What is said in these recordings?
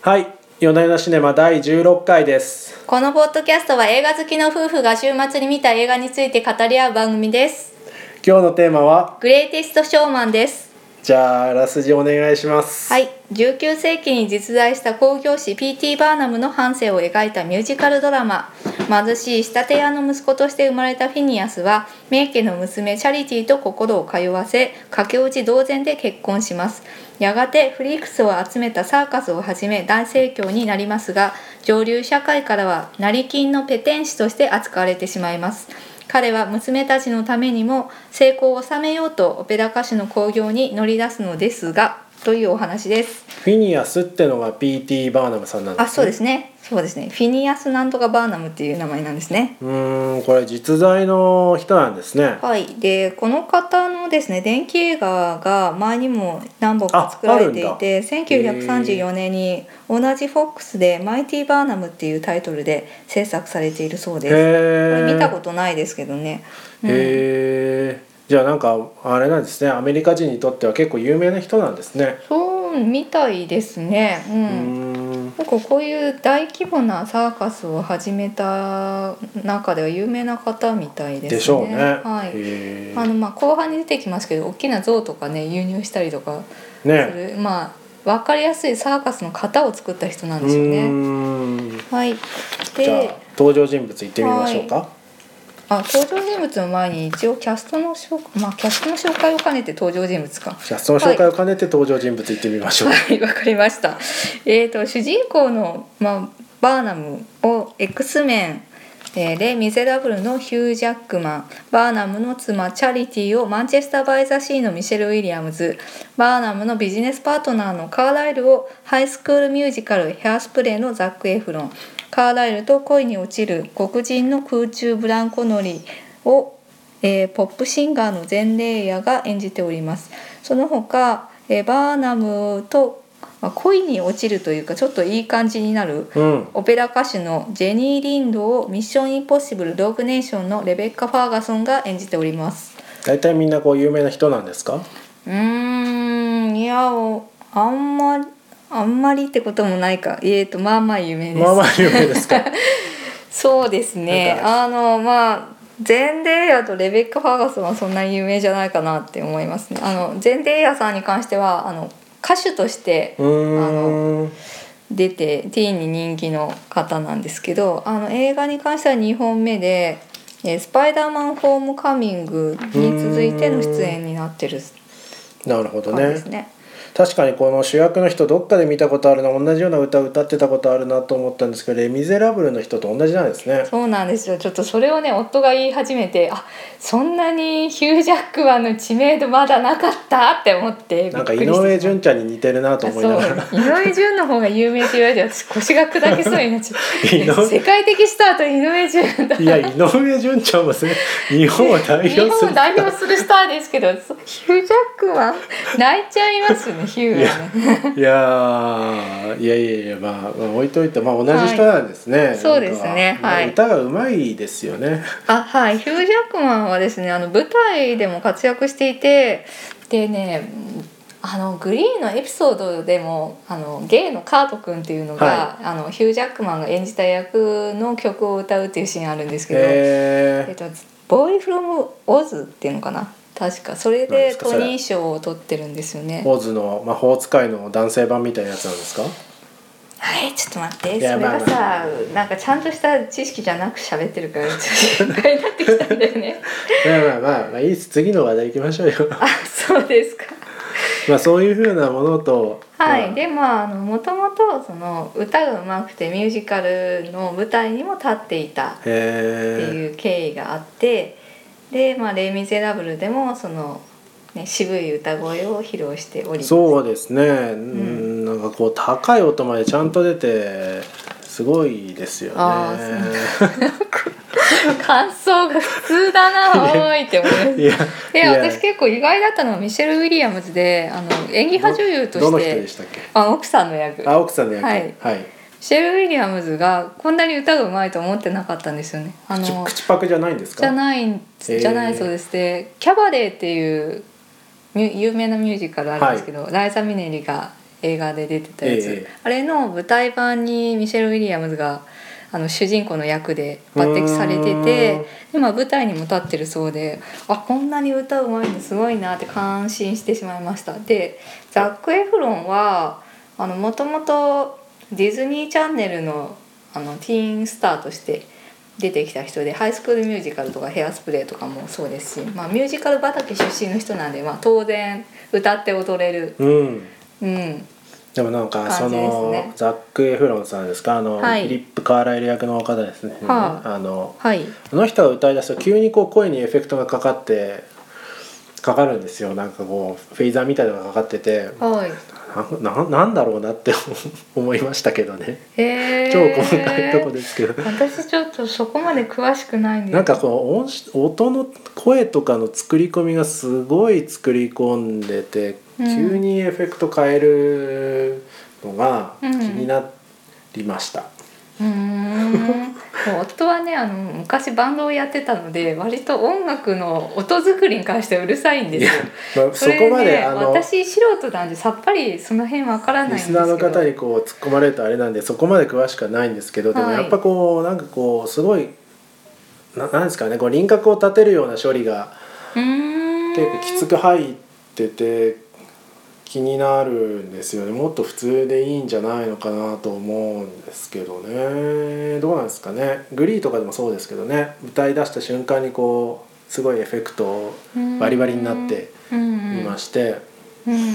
はい夜な夜なシネマ第16回ですこのポッドキャストは映画好きの夫婦が週末に見た映画について語り合う番組です今日のテーマはグレイテストショーマンですじゃああらすじお願いしますはい19世紀に実在した興行師 P.T. バーナムの半生を描いたミュージカルドラマ貧しい仕立て屋の息子として生まれたフィニアスは名家の娘チャリティと心を通わせ駆け落ち同然で結婚しますやがてフリークスを集めたサーカスをはじめ大盛況になりますが上流社会からは成金のペテン師として扱われてしまいます彼は娘たちのためにも成功を収めようとオペラ歌手の興行に乗り出すのですがというお話ですフィニアスってのが P.T. バーナムさんなんです、ね、あ、そうですね。そうですね。フィニアスなんとかバーナムっていう名前なんですね。うーんこれ実在の人なんですねはい。で、この方のですね、電気映画が前にも何本あか作られていあて、1934年に同じ FOX で「マイティ・バーナム」っていうタイトルで制作されているそうです。こへれえ見たことないですけどね。うんへえじゃあなんかあれなんですねアメリカ人にとっては結構有名な人なんですねそうみたいですね。ううーん。ん結構こういう大規模なサーカスを始めた中では有名な方みたいですね。でしょうねはい。へあーのまあ後半に出てきますけど大きな像とかね輸入したりとかすねる、まあ分かりやすいサーカスの型を作った人なんうですよね。ーんはい、じゃあで登場人物行ってみましょうか、あ登場人物の前に一応キャストの紹介まあキャストの紹介を兼ねて登場人物か。じゃあその紹介を兼ねて登場人物行ってみましょう、はいわかりました。えー、と主人公の、まあ、バーナムを X メンえーレ・ミゼラブルのヒュー・ジャックマンバーナムの妻チャリティをマンチェスター・バイ・ザ・シーのミシェル・ウィリアムズバーナムのビジネスパートナーのカーライルをハイスクールミュージカル「ヘアスプレー」のザック・エフロンカーライルと恋に落ちる黒人の空中ブランコ乗りをえーポップシンガーのゼンレイヤが演じておりますその他、えーバーナムと、まあ、恋に落ちるというかちょっといい感じになるうんオペラ歌手のジェニー・リンドを「ミッション・インポッシブル・ローグ・ネーション」のレベッカ・ファーガソンが演じております大体みんなこう有名な人なんですかうーんいやおあんまりあんまりってこともないかえー、とまあまあ有名です、まあまあ有名です かそうですねなんあのまあゼンデイヤとレベッカ・ファーガソンはそんなに有名じゃないかなって思いますねあのゼンデイヤさんに関してはあの歌手としてうーん出てティーンに人気の方なんですけどあの映画に関しては2本目で「えースパイダーマン・ホームカミング」に続いての出演になってるなるほど感じねですね。確かにこの主役の人どっかで見たことあるな同じような歌歌ってたことあるなと思ったんですけど「レ・ミゼラブル」の人と同じなんですねそうなんですよちょっとそれをね夫が言い始めてあそんなにヒュー・ジャックマンの知名度まだなかったって思ってびっなんかく井りして上順ちゃんに似てるなと思いながらそう井上順の方が有名って言われて私腰が砕けそうになっちゃっ井上て世界的スターと井上 順だいや井上順ちゃんもすごい日本を代表日す本るを代表するスターですけどそうヒュー・ジャックマン泣いちゃいますねヒューはねいやーいやいやいやまあ、まあ置いといてまあ同じ人なんですね、なんかそうですねはい歌がうまいですよね あはいヒュー・ジャックマンはですねあの舞台でも活躍していてでねあのグリーンのエピソードでもあのゲイのカート君っていうのが、はあのヒュー・ジャックマンが演じた役の曲を歌うっていうシーンあるんですけど、えっえと「ボーイ・フロム・オズ」っていうのかな確かそれ何でですかトそれニー賞を取ってるんですよねー、オズの魔法使いの男性版みたいなやつなんですかはいちょっと待っていそやれがさ、まあまなんかちゃんとした知識じゃなく喋ってるからちょっと心配になってきたんだよ ねいやまあまあまあいいです次の話題行きましょうよ あそうですかまあそういうふうなものとはい、まあでまああのもともとその歌がうまくてミュージカルの舞台にも立っていたってへいう経緯があってで、まあ「レ・ミゼラブル」でもその、ね、渋い歌声を披露しておりえますそうですね、うん、なんかこう高い音までちゃんと出てすごいですよねあ感想が普通 だなおいって思います いやで私結構意外だったのはミシェル・ウィリアムズであの演技派女優とどどしの人でてしたっけあ奥さんの役ミあ奥さんの役はいはいシェル・ウィリアムズがこんなに歌がうまいと思ってなかったんですよね。あ口の口パクじゃないんですかじゃないんへーじゃないそうですでキャバレーっていうミュ有名なミュージカルあるんですけど、ライザ・ミネリが映画で出てたやつ、ええあれの舞台版にミシェル・ウィリアムズがあの主人公の役で抜擢されてうーんてで、まあ、舞台にも立ってるそうであこんなに歌うまいのすごいなって感心してしまいました。でザック・エフロンはあのもともとディズニーチャンネルのあのティーンスターとして出てきた人でハイスクールミュージカルとかヘアスプレーとかもそうですし、まあ、ミュージカル畑出身の人なんで、まあ、当然歌って踊れる、うんうん、でもなんかそ感じですの、ねザック・エフロンさんですかあの、はいフィリップ・カーライル役の方ですね、はあのはいあの人が歌い出すと急にこう声にエフェクトがかかってかかるんですよなんかこうフェイザーみたいなのがかかっててはいなななんだろうなって 思いましたけどねへー超細かいとこですけど、私ちょっとそこまで詳しくないんですなんかこう音し音の声とかの作り込みがすごい作り込んでて、うん急にエフェクト変えるのが気になりました。うーんもう夫はねあの昔バンドをやってたので割と音楽の音作りに関してはうるさいんいですやよ。まあ、そこまで、れね、あの私素人なんでさっぱりその辺わからないんリですスけどナーの方にこう突っ込まれるとあれなんでそこまで詳しくはないんですけどでもはいやっぱこうなんかこうすごいななんですかねこう輪郭を立てるような処理がうーん結構きつく入ってて気になるんですよねもっと普通でいいんじゃないのかなと思うんですけどねどうなんですかねグリーとかでもそうですけどね歌い出した瞬間にこうすごいエフェクトバリバリになっていましして、た、うんうん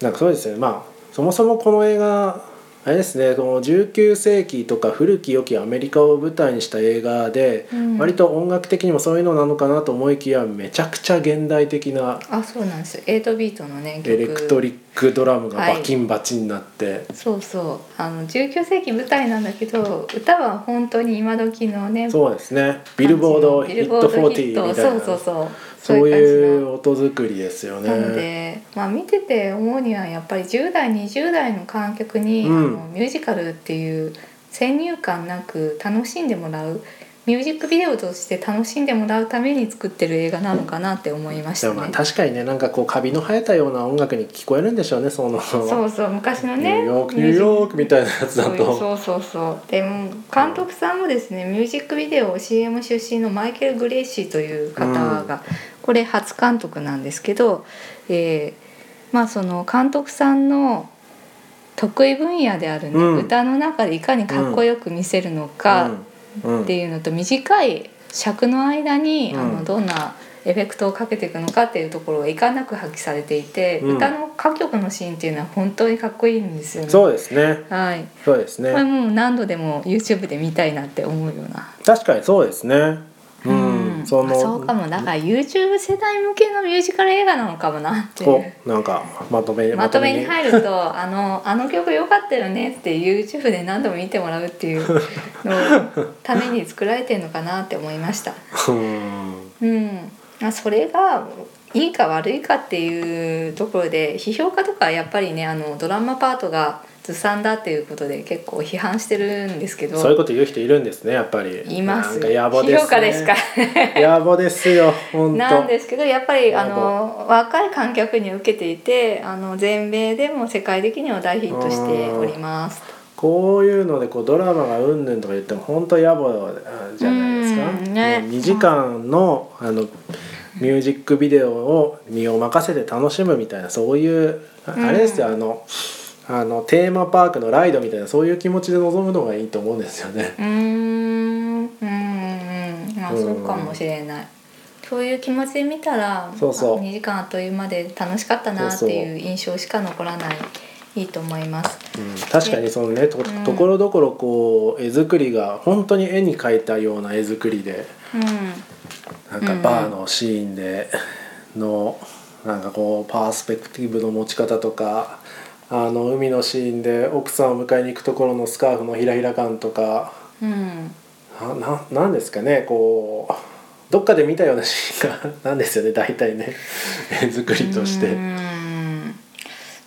なんかそうですねまあそもそもこの映画あれですねこの19世紀とか古き良きアメリカを舞台にした映画で、うん割と音楽的にもそういうのなのかなと思いきやめちゃくちゃ現代的なあそうなんです8ビートのね曲エレクトリックドラムがバキンバチンになって、そうそうあの19世紀舞台なんだけど歌は本当に今時のねそうですねビルボードヒビルッボトードヒ40みたいなそうそうそうそうい感う音作りですよじのなのね。で、まあ、見てて思うにはやっぱり10代20代の観客に、うんあのミュージカルっていう先入観なく楽しんでもらうミュージックビデオとして楽しんでもらうために作ってる映画なのかなって思いましでたもね。まあ確かにねなんかこうカビの生えたような音楽に聞こえるんでしょうねそのそうそう昔のニュねーヨークニミュューージヨークみたいなやつだそうと。そうそうそうでも監督さんもですねミュージックビデオ CM 出身のマイケル・グレイシーという方が、これ初監督なんですけど、えーまあその監督さんの得意分野である、ねうん歌の中でいかにかっこよく見せるのかうんっていうのと短い尺の間に、うんあのどんなエフェクトをかけていくのかっていうところがいかなく発揮されていて、うん歌の歌曲のシーンっていうのは本当にかっこいいんですよね。そうですね。はい、そうですこれね。もう何度でも YouTube で見たいなって思うような。確かにそうですね。うん、うんそのあそうかもだから YouTube 世代向けのミュージカル映画なのかもなってこうなんかまとめまとめにる。入ると「あのあの曲良かったよね」って YouTube で何度も見てもらうっていうのをために作られてるのかなって思いました。うんうん、まあそれがいいか悪いかっていうところで批評家とかはやっぱりねあのドラマパートがずさんだっていうことで結構批判してるんですけどそういうこと言う人いるんですねやっぱり。います。なんか野暮です、ね。 評価でしか。野暮ですよ本当。なんですけどやっぱりなあるほどの若い観客に受けていてあの全米でも世界的には大ヒットしております。こういうのでこうドラマがうんぬんとか言っても本当野暮じゃないですか。うんねもう2時間のあのミュージックビデオを身を任せて楽しむみたいなそういうあうんあれですよ、あのあのテーマパークのライドみたいなそういう気持ちで臨むのがいいと思うんですよね。うーんうーんうんまあうんそうかもしれない。そういう気持ちで見たらそうそうあ2時間あっという間で楽しかったなっていう印象しか残らないいいと思います。うん、確かにそのねとうんところどころこう絵作りが本当に絵に描いたような絵作りで。うなんかバーのシーンでのなんかこうパースペクティブの持ち方とかあの海のシーンで奥さんを迎えに行くところのスカーフのひらひら感とかんうんなななんですかねこうどっかで見たようなシーンがなんですよね大体ね絵作りとしうて。ーん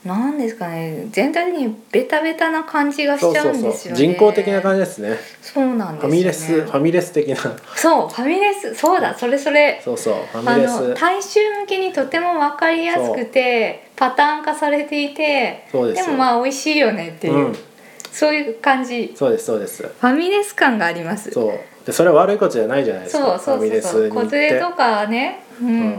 なんですかね全体的にベタベタな感じがしちゃうんですよね人工的な感じですねそうなんですファよねミレス、ファミレス的なそうファミレスそうだそれそれそうそうファあミレのス大衆向けにとても分かりやすくてパターン化されていてそうですよもまあ美味しいよねっていう、うん、そういう感じそうですそうですファミレス感がありますそうそうでそれは悪いことじゃないじゃないですそかうそうファミレスそうに行子っ連れてとかね、うんうん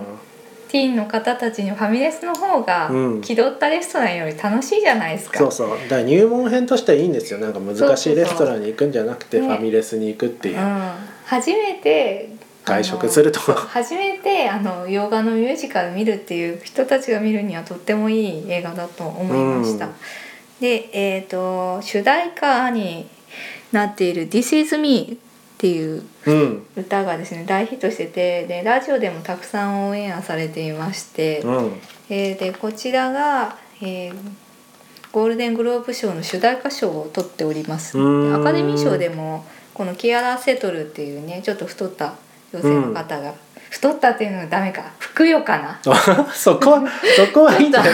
ティーンの方たちにファミレスの方がうん気取ったレストランより楽しいじゃないですか、そうそうだから入門編としてはいいんですよなんか難しいレストランに行くんじゃなくてそうフそうァミレスに行くっていう、うん、初めてあの外食するとか初めてあの洋画のミュージカル見るっていう人たちが見るにはとってもいい映画だと思いました、うんでえっ、と主題歌になっている「This is me」っていううん歌がですね大ヒットしててでラジオでもたくさんオンエアされていまして、うん えーでこちらが、えーゴールデングローブ賞の主題歌賞を取っておりますうーんアカデミー賞でもこのキアラ・セトルっていうねちょっと太った女性の方が、太ったっていうのはダメかふくよかなあそこはそこはいいんだよ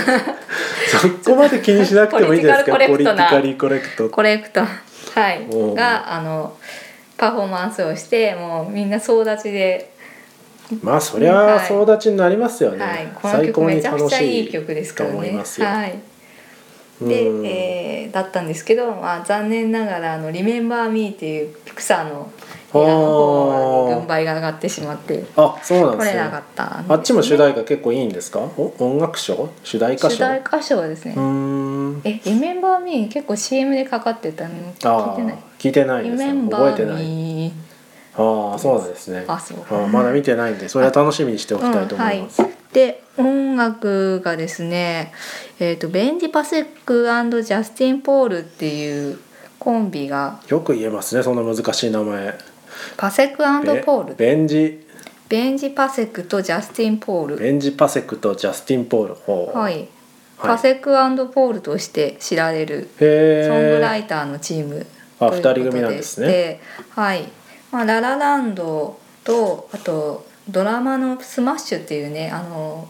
そこまで気にしなくてもいいんじゃないですかポ ポリテリティィカカリールコレクトコレ クトはいおうがあのパフォーマンスをしてもうみんな総立ちで、まあそりゃはい総立ちになりますよね、はい、この曲めちゃくちゃいい曲ですからと思いね。ますよ、はいで、うんえーだったんですけど、まあ、残念ながらあの「リメンバー・ミー」っていうピクサーの映画のあー方に軍配が上がってしまってあそうなん取ですれねなかったんですね、あっちも主題歌結構いいんですかお音楽賞主題歌主賞題う歌賞はですね「ーんえリメンバー・ミー」結構 CM でかかってたの聞あいてないあ聞いてないリですメねン覚えバてないーミーああそうなんですねあそうあまだ見てないんでそれは楽しみにしておきたいと思います、うんはい、で音楽がですね、えー、とベンディ・パセックジャスティン・ポールっていうコンビがよく言えますねそんな難しい名前パセックベポールベンジベンジ・パセクとジャスティン・ポール、ベンジ・パセクとジャスティン・ポールほうはへい、パセクポールとして知られるソングラえイターのチームあということ二人組なんですねではいまあ、ララランドとあとドラマの「スマッシュっていうねあの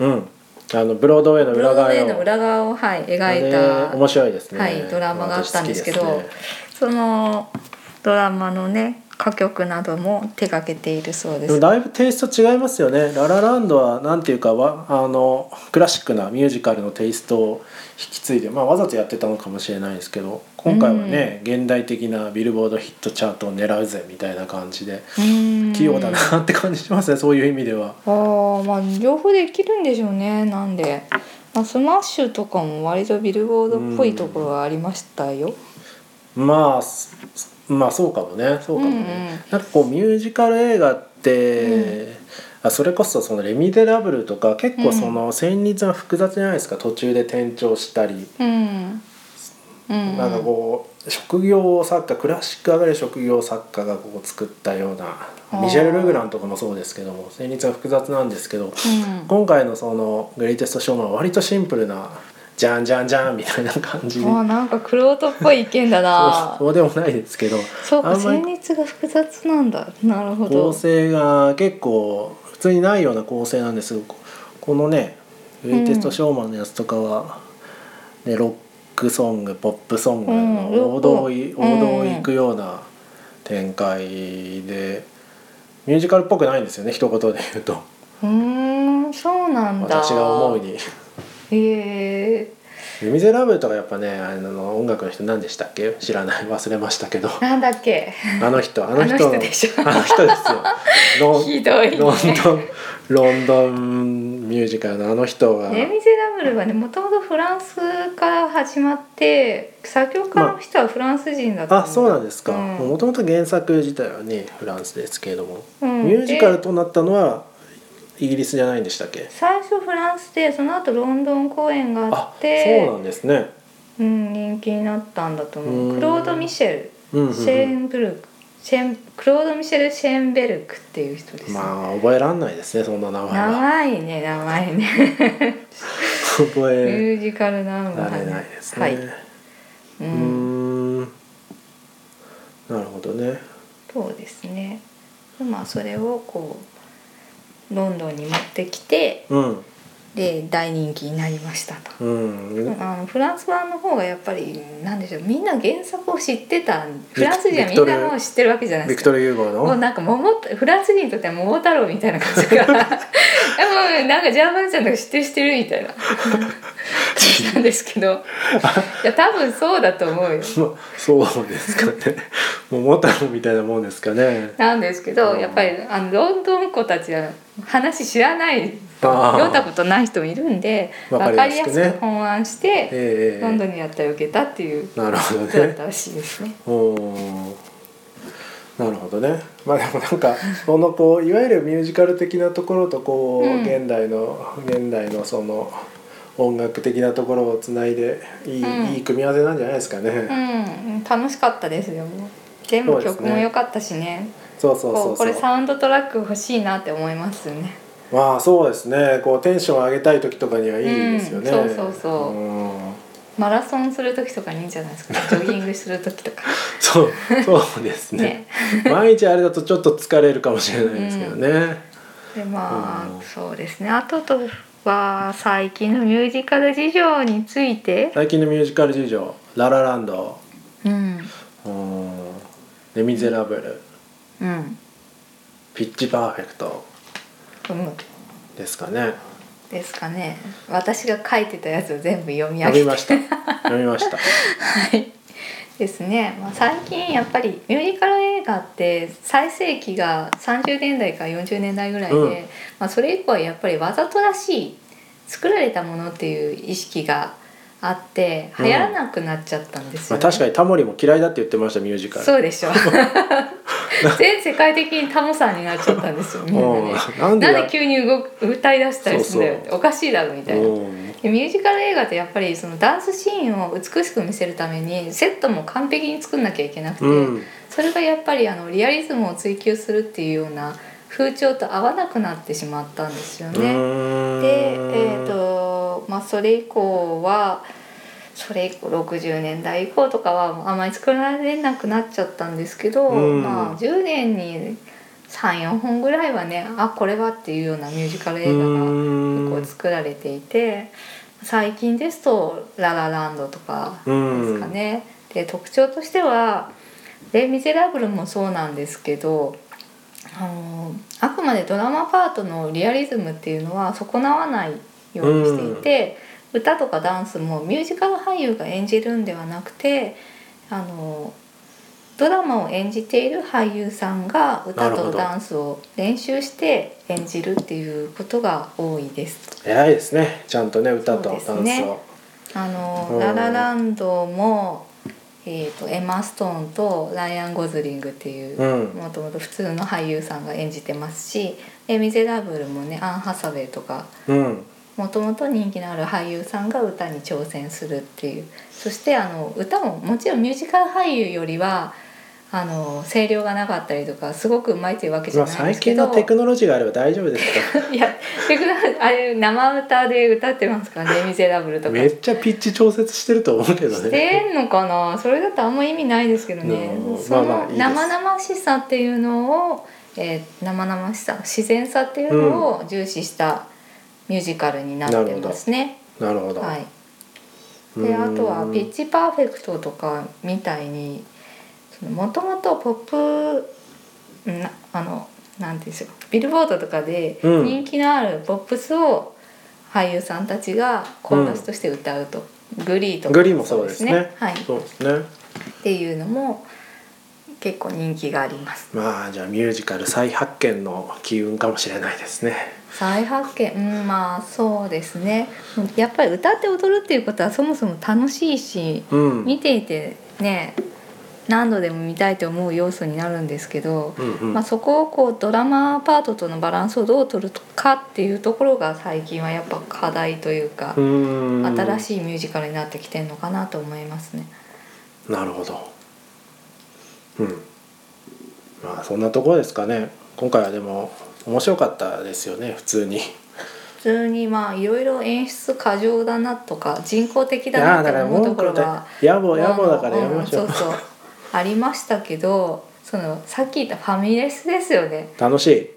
うんあのブロードウェイのブ裏ロードウ側ェイよの裏側を、はあい、描いれた面白いですね、はい、ドラマがあったんですけど私好きですねそのドラマのね歌曲なども手掛けているそうでですも。だいぶテイスト違いますよね「ラ・ラ・ランド」はなんていうかわあのクラシックなミュージカルのテイストを引き継いで、まあ、わざとやってたのかもしれないですけど今回はね、現代的なビルボードヒットチャートを狙うぜみたいな感じで器器用だなって感じしますね、そういう意味では。あーまあ両方できるんでしょうねなんで、まあ、スマッシュとかも割とビルボードっぽいところはありましたよ。まあすまあそうかもねそうかもね、うんうんなんかこうミュージカル映画って、あそれこそその「レ・ミゼラブル」とか結構その旋律が複雑じゃないですか途中で転調したり、うん、うん、なんかこう職業作家クラシック上がりの職業作家がこう作ったようなーミシェル・ルグランとかもそうですけども旋律が複雑なんですけど、うん今回のその「グレイテスト・ショーマン」は割とシンプルな「じゃんじゃんじゃん」みたいな感じにあーなんかクロートっぽい意見だなそうそうでもないですけどそうかあんまり旋律が複雑なんだなるほ構ど成が結構普通にないような構成なんですけどここのね「グレイテスト・ショーマン」のやつとかは、ね、ロックソングポップソングのうん王道い、うん王道を行くような展開でミュージカルっぽくないんですよね一言で言うとうーんそうなんだ私が思うに。へえでミゼラブルとかやっぱねあの音楽の人何でしたっけ知らない忘れました けどー、なんだっけあの人あのの人人でしょあの人です よロンひどいねロンドンロンドンミュージカルのあの人が、レ・ミゼラブルはねもともとフランスから始まって作曲家の人はフランス人だったんだよ、あそうなんですかうんもともと原作自体はねフランスですけれども、うんミュージカルとなったのはイギリスじゃないんでしたっけ最初フランスでその後ロンドン公演がああっそうてなんですね、うん、人気になったんだと思ううんクロード・ミシェル、うんうんうんシェーンブルクシェーンクロード・ミシェル・シェーンベルクっていう人です、まあ覚えらんないですねそんな名前は長いね名前ね覚ミえュージカルナンバらーれないですね、はい、ううんーんなるほどねそうですねまあそれをこうロンドンに持ってきてうんで大人気になりましたと。うんあのフランス版の方がやっぱりなんでしょうみんな原作を知ってたフビクランス人はみんなもう知ってるわけじゃないでビすクかト。ル・ユーゴもうのなんか桃太フランス人にとっては桃太郎みたいな感じがもうなんかジャーマンちゃんとか知ってる知ってるみたいな感じなんですけどいや多分そうだと思うよまあそうですかね桃太郎みたいなもんですかねなんですけどやっぱりあのロンドン子たちは話知らないあー読んだことない人もいるんでわ分かりかやりすやくねすく本案してええロンドンにやったら受けたっていうこなるほどとだっねたらしいですね。おーなるほどねまあでもなんかそのこういわゆるミュージカル的なところとこう、うん現代の現代のその音楽的なところをつないでいい,、うんいい組み合わせなんじゃないですかね、うん、楽しかったですよ全部曲も良かったしねそうそうこそううこそうれサウンドトラック欲しいなって思いますねまあそうですねこうテンション上げたい時とかにはいいですよね、うんそうそうそううんマラソンする時とかにいいんじゃな いですかジョギングする時とかそうそうですね毎日あれだとちょっと疲れるかもしれないですけどね、でまあ、うんそうですねあととは最近のミュージカル事情について、最近のミュージカル事情「ララランド」うんうん「レ・ミゼラブル」うん「ピッチ・パーフェクトうん」ですかねですかね私が書いてたやつを全部読み上読げみて ました読みましたはいですね、まあ、最近やっぱりミュージカル映画って最盛期が30年代から40年代ぐらいで、うんまあ、それ以降はやっぱりわざとらしい作られたものっていう意識があってうん流行らなくなっちゃったんですまよ、あね確かにタモリも嫌いだって言ってましたミュージカルそうで しょ全世界的にタモさんになっちゃったんですよみんなねうんなんでなやんで急に動く歌い出したりするんだよってそうそおかしいだろみたいな。うんでミュージカル映画ってやっぱりそのダンスシーンを美しく見せるためにセットも完璧に作んなきゃいけなくて、うんそれがやっぱりあのリアリズムを追求するっていうような風潮と合わなくなってしまったんですようね。ーんで、えーとまあ、それ以降はそれ以降60年代以降とかはあまり作られなくなっちゃったんですけど、うんまあ、10年に34本ぐらいはねあこれはっていうようなミュージカルう映画が。ーん結構作られていて最近ですと「ラ・ラ・ランド」とかですかね。で特徴としては「レ・ミゼラブル」もそうなんですけどあのあくまでドラマパートのリアリズムっていうのは損なわないようにしていて、歌とかダンスもミュージカル俳優が演じるんではなくてあのドラマを演じている俳優さんが歌なるほとどダンスを練習して演じるっていうことが多いです。偉いですねちゃんとね歌とダンスそを、うですねあの、うんララランドも、えー、とエマ・ストーンとライアン・ゴズリングっていう、うんもともと普通の俳優さんが演じてますし「でミゼラブル」もねアン・ハサウェイとかうんもともと人気のある俳優さんが歌に挑戦するっていうそしてあの歌ももちろんミュージカル俳優よりはあの声量がなかったりとかすごくうまいというわけじまゃあ、な最いんですけ近ど、のテクノロジーがあれば大丈夫ですかいやテクノあれ生歌で歌ってますからね「レミゼラブル」とか。 めっちゃピッチ調節してると思うけどしね てんのかなそれだとあんま意味ないですけどね、うんそまあまあいのいです生々しさっていうのを、えー生々しさ自然さっていうのを重視したミュージカルになってますね。なるほど、はい、うであーんとは「ピッチパーフェクト」とかみたいにもともとポップなあのなんていうんですかビルボードとかでうん人気のあるポップスを俳優さんたちがコーラスとして歌うと、グリーとかグリーもそうですねはい、っそうですねていうのも結構人気があります。まあじゃあミュージカル再発見の機運かもしれないですね再発見、うん、まあそうですねやっぱり歌って踊るっていうことはそもそも楽しいし、うん見ていてね何度でも見たいと思う要素になるんですけど、うんうんまあ、そこをこうドラマパートとのバランスをどう取るかっていうところが最近はやっぱ課題というか、新新しいミュージカルになってきてるのかなと思いますね。いなるほどうんまあそんなところですかね今回はでも面白かったですよね普通にい普通にまあいろいろ演出過剰だなとか人工的やだーなだからと思うと文こ句ろだが野暮野暮だからやめましょうんんそうそうありましたけどそのさっき言ったファミレスですよね。楽しい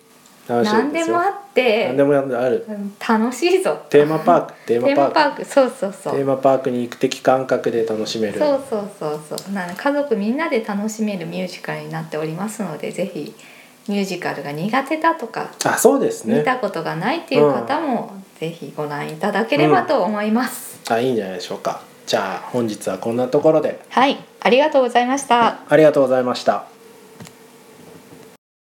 楽しい何でですよもあって何でもやんである楽しいぞテーマパークテーテーママパパーークそうそうクそテーうマパークに行く的感覚で楽しめるそうそうそうそうなので家族みんなで楽しめるミュージカルになっておりますのでぜひミュージカルが苦手だとかあそうです見ねたことがないっていう方も、ぜひご覧いただければと思います、あいいんじゃないでしょうかじゃあ本日はこんなところではいありがとうございましたありがとうございました